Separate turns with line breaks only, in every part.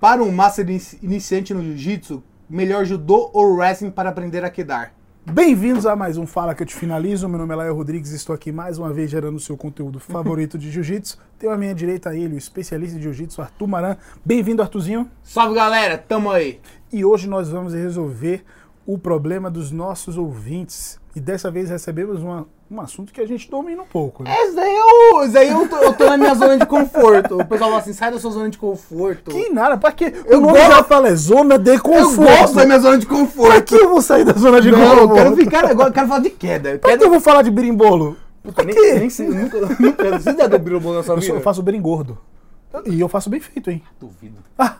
Para um master inici- iniciante no jiu-jitsu, melhor judô ou wrestling para aprender a quedar?
Bem-vindos a mais um Fala que eu te finalizo. Meu nome é Laio Rodrigues e estou aqui mais uma vez gerando o seu conteúdo favorito de jiu-jitsu. Tenho à minha direita ele, o especialista em jiu-jitsu, Arthur Maran. Bem-vindo, Arthurzinho.
Salve galera, tamo aí.
E hoje nós vamos resolver o problema dos nossos ouvintes. E dessa vez recebemos uma- um assunto que a gente domina um pouco. Né?
Esse daí eu, esse daí eu, tô, eu tô na minha zona de conforto. O pessoal fala assim, sai da sua zona de conforto.
Que nada, pra quê?
Eu
o nome
gosto-
já fala, é zona de
eu
conforto.
gosto da minha zona de
Pra
conforto.
que eu vou sair da zona de
Não, eu
conforto?
quero ficar agora, eu quero falar de queda.
Pra que
Queda
eu vou falar de birimbolo?
Puta, nem,
quê?
nem sei, nunca, nunca, você já deu birimbolo na sua
Eu, sou-
vida?
eu faço beringordo. E eu faço bem feito, hein?
Duvido.
Ah,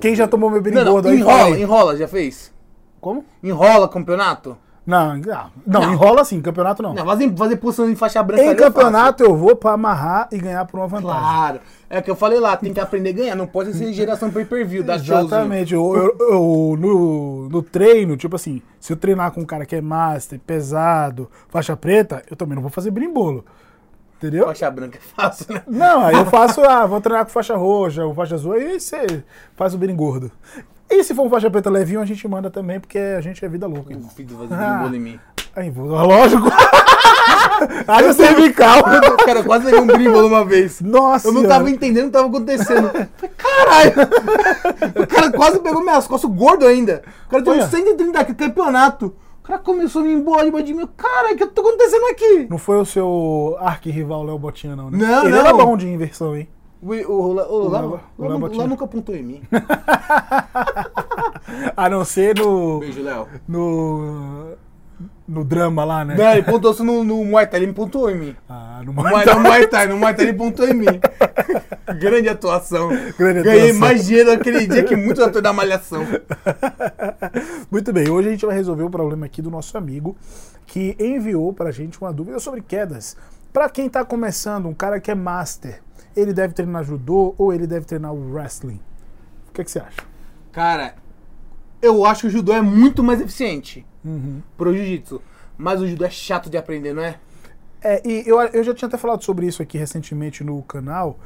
quem já tomou meu
Não,
beringordo
não,
aí? fala
enrola,
aí.
enrola, já fez?
Como?
Enrola campeonato?
Não, não, não, enrola sim, campeonato não.
Não, fazer, fazer posição em faixa branca
Em
ali é eu faço.
campeonato eu vou pra amarrar e ganhar por uma vantagem.
Claro. É o que eu falei lá, tem que aprender a ganhar. Não pode ser geração pay-per-view da showzinho.
Exatamente. Eu, eu- eu- no, no treino, tipo assim, se eu treinar com um cara que é master, pesado, faixa preta, eu também não vou fazer brimbolo. Entendeu?
Faixa branca é fácil, né?
Não, aí eu faço, ah, vou treinar com faixa roxa ou faixa azul, aí você faz o beringordo. E se for um faixa preta levinho, a gente manda também, porque a gente é vida louca. irmão.
Duvido fazer birimbolo em mim.
Aí, vou- lógico. Haja cervical.
Cara, eu quase levei um birimbolo uma vez.
Nossa
Eu não
senhora.
tava entendendo o que tava acontecendo. Falei, Caralho! O cara quase pegou minhas costas, gordo ainda. O cara tem
Olha.
uns 130 aqui, campeonato. O cara começou a me embora debaixo de mim. Cara, o que tá acontecendo aqui?
Não foi o seu arquirrival Léo Botinha, não, né?
Não,
Ele
não.
era bom de inversão, hein?
O, o, o, o, lá,
Léo-
lá-
o Léo
lá-
Botinha.
lá nunca apontou em mim.
A não ser no.
Beijo, Léo.
No. No drama lá, né?
Não, ele pontou só no, no Muay Thai, ele me pontou em mim.
Ah, no
Mas
Muay
no Muay Thai, no Muay Thai ele pontou em mim. Grande atuação.
Grande
Ganhei
atuação.
mais dinheiro naquele dia que muitos atores da Malhação.
Muito bem, hoje a gente vai resolver o problema aqui do nosso amigo que enviou pra gente uma dúvida sobre quedas. Pra quem tá começando, um cara que é master, ele deve treinar judô ou ele deve treinar wrestling? O que, é que você acha?
Cara, eu acho que o judô é muito mais eficiente
Uhum.
pro jiu-jitsu. Mas o judô é chato de aprender, não é?
É, e eu, eu já tinha até falado sobre isso aqui recentemente no canal.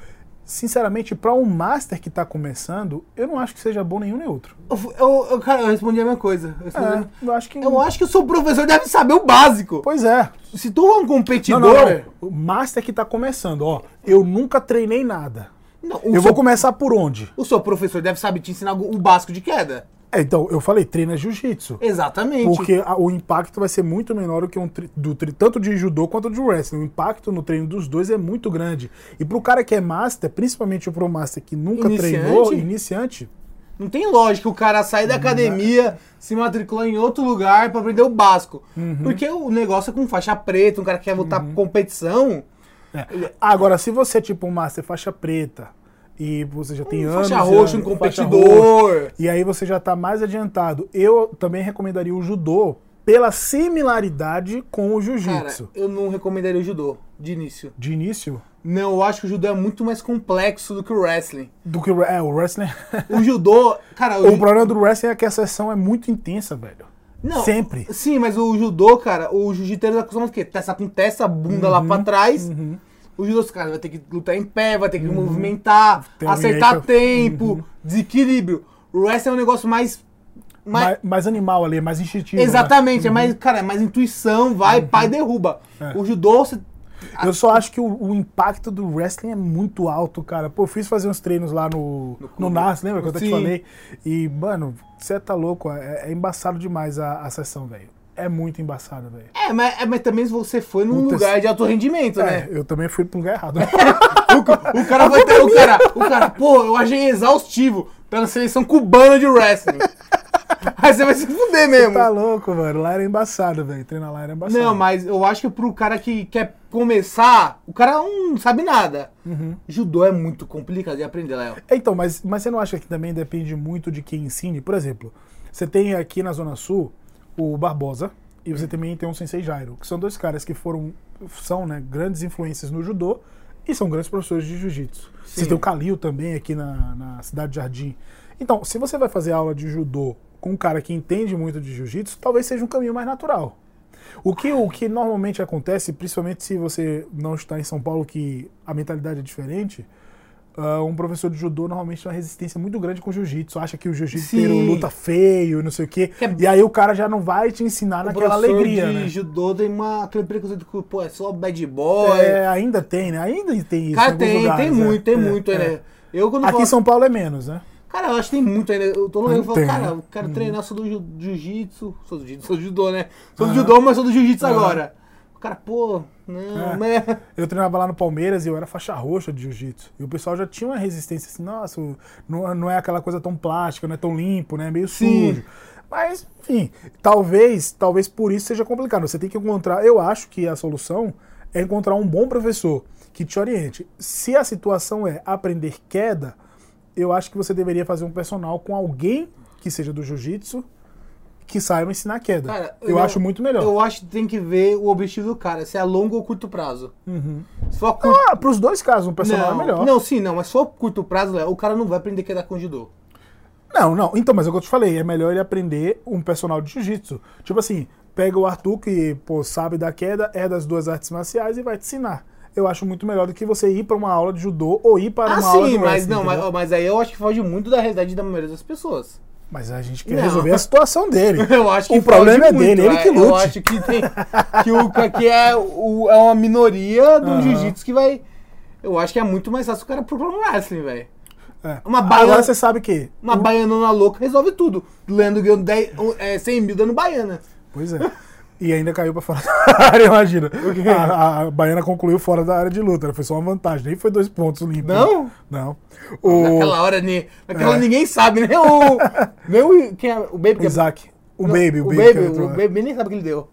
Sinceramente, pra um master que tá começando, eu não acho que seja bom nenhum nem outro.
Eu, eu- eu- cara, eu respondi a mesma coisa. Eu, respondi a mesma-
É, eu acho que.
eu acho que o seu professor deve saber o básico.
Pois é.
Se tu é um competidor...
Não, não, não. O master que tá começando, ó. Eu nunca treinei nada.
Não, o,
Eu
seu,
vou começar por onde?
o seu professor deve saber te ensinar o básico de queda.
É, então, eu falei, treina jiu-jitsu.
Exatamente.
Porque a- o impacto vai ser muito menor do que um tri- do tri- tanto de judô quanto de wrestling. O impacto no treino dos dois é muito grande. E pro cara que é master, principalmente o pro master que nunca
Iniciante?
treinou, iniciante,
Não tem lógica o cara sair da academia, se matricular em outro lugar pra aprender o básico.
Uhum.
Porque o negócio é com faixa preta, um cara que quer voltar pra competição.
É. Agora, se você é tipo um master faixa preta e você já tem anos...
faixa
e
roxa, um
anos- faixa
competidor.
roxa, e aí você já tá mais adiantado. Eu também recomendaria o judô pela similaridade com o
Cara,
jiu-jitsu.
eu não recomendaria o judô de início.
De início,
Não, eu acho que o judô é muito mais complexo do que o wrestling.
do que o wre- é, o wrestling...
O judô, cara, o,
o
ju-
problema do wrestling é que a sessão é muito intensa, velho.
Não,
Sempre.
Sim, mas o judô, cara, o jiu-jiteiro tá acostumado o quê? Testa com testa, bunda lá
Uhum,
pra trás. O judô, cara, vai ter que lutar em pé, vai ter que movimentar,
Uhum. Tem um Uhum.
acertar
jeito.
tempo, desequilíbrio. O wrestling é um negócio mais... mais...
Mais, mais animal ali, mais instintivo. né?
Exatamente, é mais, cara, é mais intuição, vai,
Uhum.
pai, derruba.
É.
O judô, você...
Eu só acho que o, o impacto do wrestling é muito alto, cara. Pô, eu fiz fazer uns treinos lá no, no, NAS, lembra que eu até te
Sim.
falei? E, mano, você tá louco, é, é embaçado demais a, a sessão, velho. É muito embaçado, velho.
É mas, é, mas também se você foi num
Puta,
lugar de alto rendimento,
É,
né? É
eu também fui pro lugar errado.
O cara vai ter, o cara, o cara, pô, eu achei exaustivo pela seleção cubana de wrestling. Aí você vai se fuder mesmo.
tá louco, mano. Lá era embaçado, velho. Treinar lá era embaçado.
Não, mas eu acho que pro cara que quer começar, o cara não sabe nada.
Uhum.
Judô é muito complicado de aprender, Léo.
Então, mas, mas você não acha que também depende muito de quem ensine? Por exemplo, você tem aqui na Zona Sul o Barbosa e você também tem o Sensei Jairo, que são dois caras que foram, são né, grandes influências no judô e são grandes professores de jiu-jitsu. Você
Sim.
tem o Kalil também aqui na, na Cidade de Jardim. Então, se você vai fazer aula de judô com um cara que entende muito de jiu-jitsu, talvez seja um caminho mais natural. O que, o que normalmente acontece, principalmente se você não está em São Paulo, que a mentalidade é diferente, ah, um professor de judô normalmente tem uma resistência muito grande com jiu-jitsu. Acha que o jiu-jitsu
Sim.
inteiro luta feio, não sei o quê.
Que é-
E aí o cara já não vai te ensinar
O
naquela
professor
alegria,
de
né?
judô tem uma, aquele preconceito que, pô, é só bad boy.
É, ainda tem, né? Ainda tem isso. em
cara,
alguns
tem,
lugares,
tem
é.
muito, tem
É,
muito
é.
ainda. Eu quando
Aqui em
falo,
São Paulo é menos, né?
cara, eu acho que tem muito ainda. Eu tô lugar eu falo,
Tem,
cara,
né?
eu quero treinar, sou do ju- jiu-jitsu, sou do jiu-jitsu, sou do judô, né? Sou do judô, mas sou do jiu-jitsu agora. O cara, pô, não, né?
Eu treinava lá no Palmeiras e eu era faixa roxa de jiu-jitsu. E o pessoal já tinha uma resistência assim, nossa, o- não, não é aquela coisa tão plástica, não é tão limpo, né? É meio
Sim.
sujo. Mas, enfim, talvez, talvez por isso seja complicado. Você tem que encontrar, eu acho que a solução é encontrar um bom professor que te oriente. Se a situação é aprender queda, eu acho que você deveria fazer um personal com alguém que seja do jiu-jitsu que saiba ensinar queda.
Cara,
eu, acho muito melhor.
Eu acho que tem que ver o objetivo do cara, se é a longo ou curto prazo.
Uhum.
Se for curto
Ah, pros dois casos, um personal
não,
é melhor.
Não, sim, não, mas se for curto prazo, Léo, o cara não vai aprender que é dar com judô.
Não, não. Então, mas é o que eu te falei. É melhor ele aprender um personal de jiu-jitsu. Tipo assim, pega o Arthur, que pô, sabe da queda, é das duas artes marciais e vai te ensinar. Eu acho muito melhor do que você ir para uma aula de judô ou ir para
Ah,
uma aula de
sim, mas
wrestling,
não,
entendeu?
mas, mas aí eu acho que foge muito da realidade da maioria das pessoas.
Mas a gente quer
Não.
resolver a situação dele.
Eu acho que
O problema
foge
é
muito,
dele, ele que
é. Eu
lute.
acho que tem que o que é, o- é uma minoria do
Aham.
jiu-jitsu que vai eu acho que é muito mais fácil o cara procurar um wrestling, velho.
É.
Uma
Agora
baiana-
você sabe que...
Uma baianona louca resolve tudo. Leandro ganhou 10, é, 100 mil dando baiana.
Pois é. E ainda caiu pra fora da área, imagina. A, a Baiana concluiu fora da área de luta. Foi só uma vantagem. Nem foi dois pontos limpos.
Não?
Não. O
Naquela hora, né? Naquela
É.
ninguém sabe, né? O, nem o, quem é, o Baby. que é-
Isaac. O
não,
Baby. O,
o
Baby. que
Baby,
entrou,
o
é.
Baby nem sabe o que ele deu.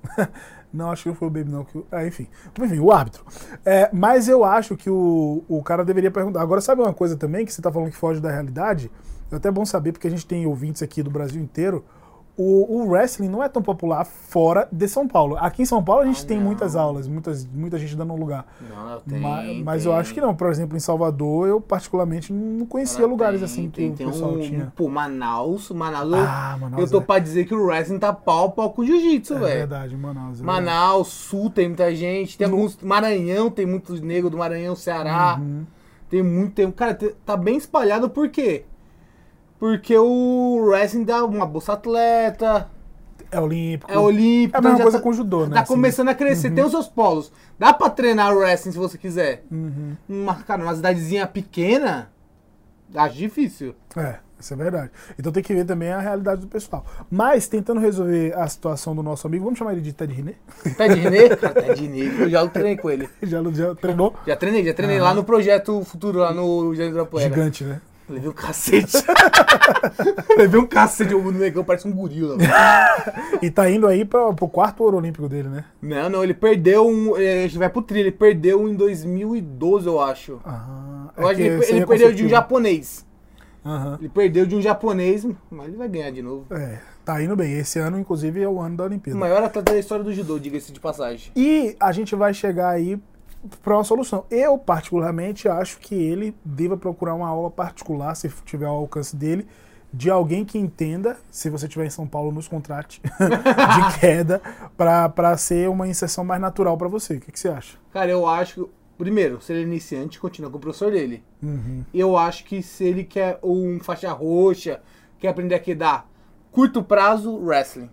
Não, acho que não foi o Baby, não. que o- ah, enfim. Enfim, o árbitro. É, mas eu acho que o, o cara deveria perguntar. Agora, sabe uma coisa também que você tá falando que foge da realidade? É até bom saber, porque a gente tem ouvintes aqui do Brasil inteiro. O, o wrestling não é tão popular fora de São Paulo. Aqui em São Paulo a
Ah,
gente tem muitas aulas, muitas, muita gente dando um lugar.
Não, um,
Ma- mas eu acho que não. Por exemplo, em Salvador, eu particularmente não conhecia lugares assim que
tem,
o
tem
pessoal
um,
tinha.
Pô, Manaus, Manaus, eu-
Ah, Manaus
eu tô
é.
pra dizer que o wrestling tá pau a pau com o jiu-jitsu,
É
velho.
verdade, Manaus. é verdade.
Manaus, Sul tem muita gente, tem alguns, Maranhão tem muitos negros do Maranhão, Ceará,
Uhum.
tem muito tempo. Cara, te- tá bem espalhado por quê? Porque o wrestling dá uma bolsa atleta,
É olímpico.
é olímpico.
É a
então
mesma
já
coisa
tá-
com o judô, né?
Tá
assim.
começando a crescer, tem os seus polos. Dá pra treinar wrestling se você quiser.
Uhum.
Mas, cara, uma cidadezinha pequena, acho difícil.
É, isso é verdade. Então tem que ver também a realidade do pessoal. Mas tentando resolver a situação do nosso amigo, vamos chamar ele de Ted René?
Ted Renê? Cara, Ted Renê, eu já treinei com ele.
já, já treinou?
Já treinei, já treinei lá no Projeto Futuro, lá no Jardim do Ibirapuera.
Gigante, né?
Levei um cacete. Levei um cacete, o negão parece um gorila. velho.
E tá indo aí pra, pro quarto ouro olímpico dele, né?
Não, não, ele perdeu um... eh, A gente vai pro trilho, ele perdeu um em 2012, eu acho.
Ah,
Eu acho que
que
ele,
seria
ele perdeu de um
consecutivo.
japonês.
Aham.
Ele perdeu de um japonês, mas ele vai ganhar de novo.
É, tá indo bem. Esse ano, inclusive, é o ano da
O
Olimpíada.
maior atleta da história do judô, diga-se de passagem.
E a gente vai chegar aí para uma solução. Eu, particularmente, acho que ele deva procurar uma aula particular, se tiver ao alcance dele, de alguém que entenda, se você estiver em São Paulo, nos contrate de queda, para ser uma inserção mais natural para você. O que, que você acha?
Cara, eu acho... que- Primeiro, se ele é iniciante, continua com o professor dele. Eu acho que se ele quer um faixa roxa, quer aprender a quedar, curto prazo, wrestling.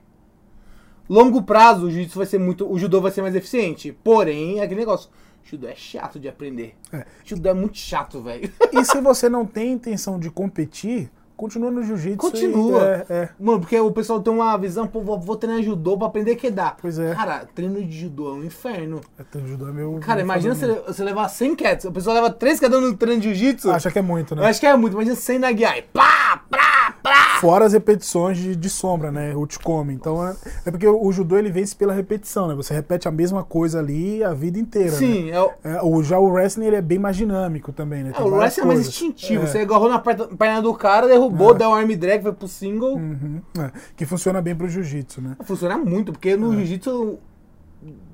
Longo prazo, o jiu-jitsu vai ser muito, o judô vai ser mais eficiente. Porém, é aquele negócio, judô é chato de aprender.
É.
Judô é muito chato, velho.
E se você não tem intenção de competir, continua no jiu-jitsu. e-
Continua.
é, é.
Mano, porque o pessoal tem uma visão, pô, vou, vou treinar judô pra aprender a quedar.
Pois é.
Cara, treino de judô é um inferno.
Até ajudar então, é meu.
Cara,
meu
imagina
fazendo.
você, você levar 100 quedas. O pessoal leva 3 quedas no treino de jiu-jitsu.
Acha que é muito,
Eu
né?
acho que é muito, imagina 100 na guiai. Pá, pá, pá.
Fora as repetições de, de sombra, né? O te come. Então é, é porque o, o judô ele vence pela repetição, né? Você repete a mesma coisa ali a vida inteira. Né?
Sim, é o,
É, o, já o wrestling ele é bem mais dinâmico também, né?
É,
Tem
o
várias
wrestling é mais
coisas.
instintivo.
É,
Você agarrou na perna perna do cara, derrubou, deu um arm drag, foi pro single.
uhum, é, que funciona bem pro jiu-jitsu, né?
Funciona muito, porque
É.
no jiu-jitsu,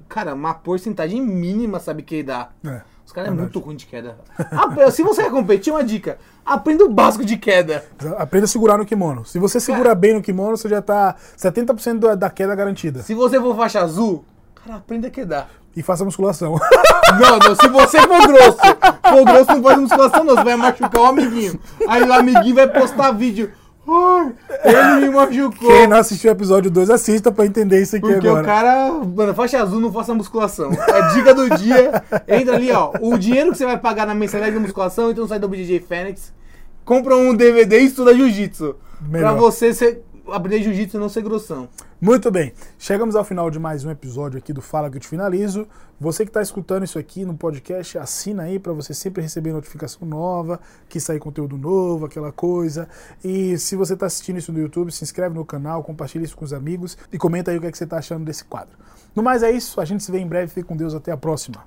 cara, uma porcentagem mínima sabe quem dá.
É,
Os caras é
verdade.
muito ruim de queda. Ah, Se você quer competir, uma dica. Aprenda o básico de queda.
Aprenda a segurar no kimono. Se você segura bem no kimono, você já tá 70% da, da queda garantida.
Se você for faixa azul, cara, aprenda a quedar.
E faça musculação.
Não, não, se você for grosso, for grosso não faz musculação não, você vai machucar o amiguinho. Aí o amiguinho vai postar vídeo. Ai, ele me machucou.
Quem não assistiu o episódio 2, assista pra entender isso aqui
Porque
agora.
o cara, mano, faixa azul não faça musculação. A dica do dia, entra ali, ó. O dinheiro que você vai pagar na mensalidade de musculação, então sai do BJJ Fênix, compra um DVD e estuda jiu-jitsu. Pra
Melhor.
você ser, aprender jiu-jitsu e não ser grossão.
Muito bem, chegamos ao final de mais um episódio aqui do Fala que eu te finalizo. Você que está escutando isso aqui no podcast, assina aí para você sempre receber notificação nova, que sair conteúdo novo, aquela coisa. E se você está assistindo isso no YouTube, se inscreve no canal, compartilha isso com os tá amigos e comenta aí o que, é que você está achando desse quadro. No mais é isso, a gente se vê em breve, fique com Deus, até a próxima.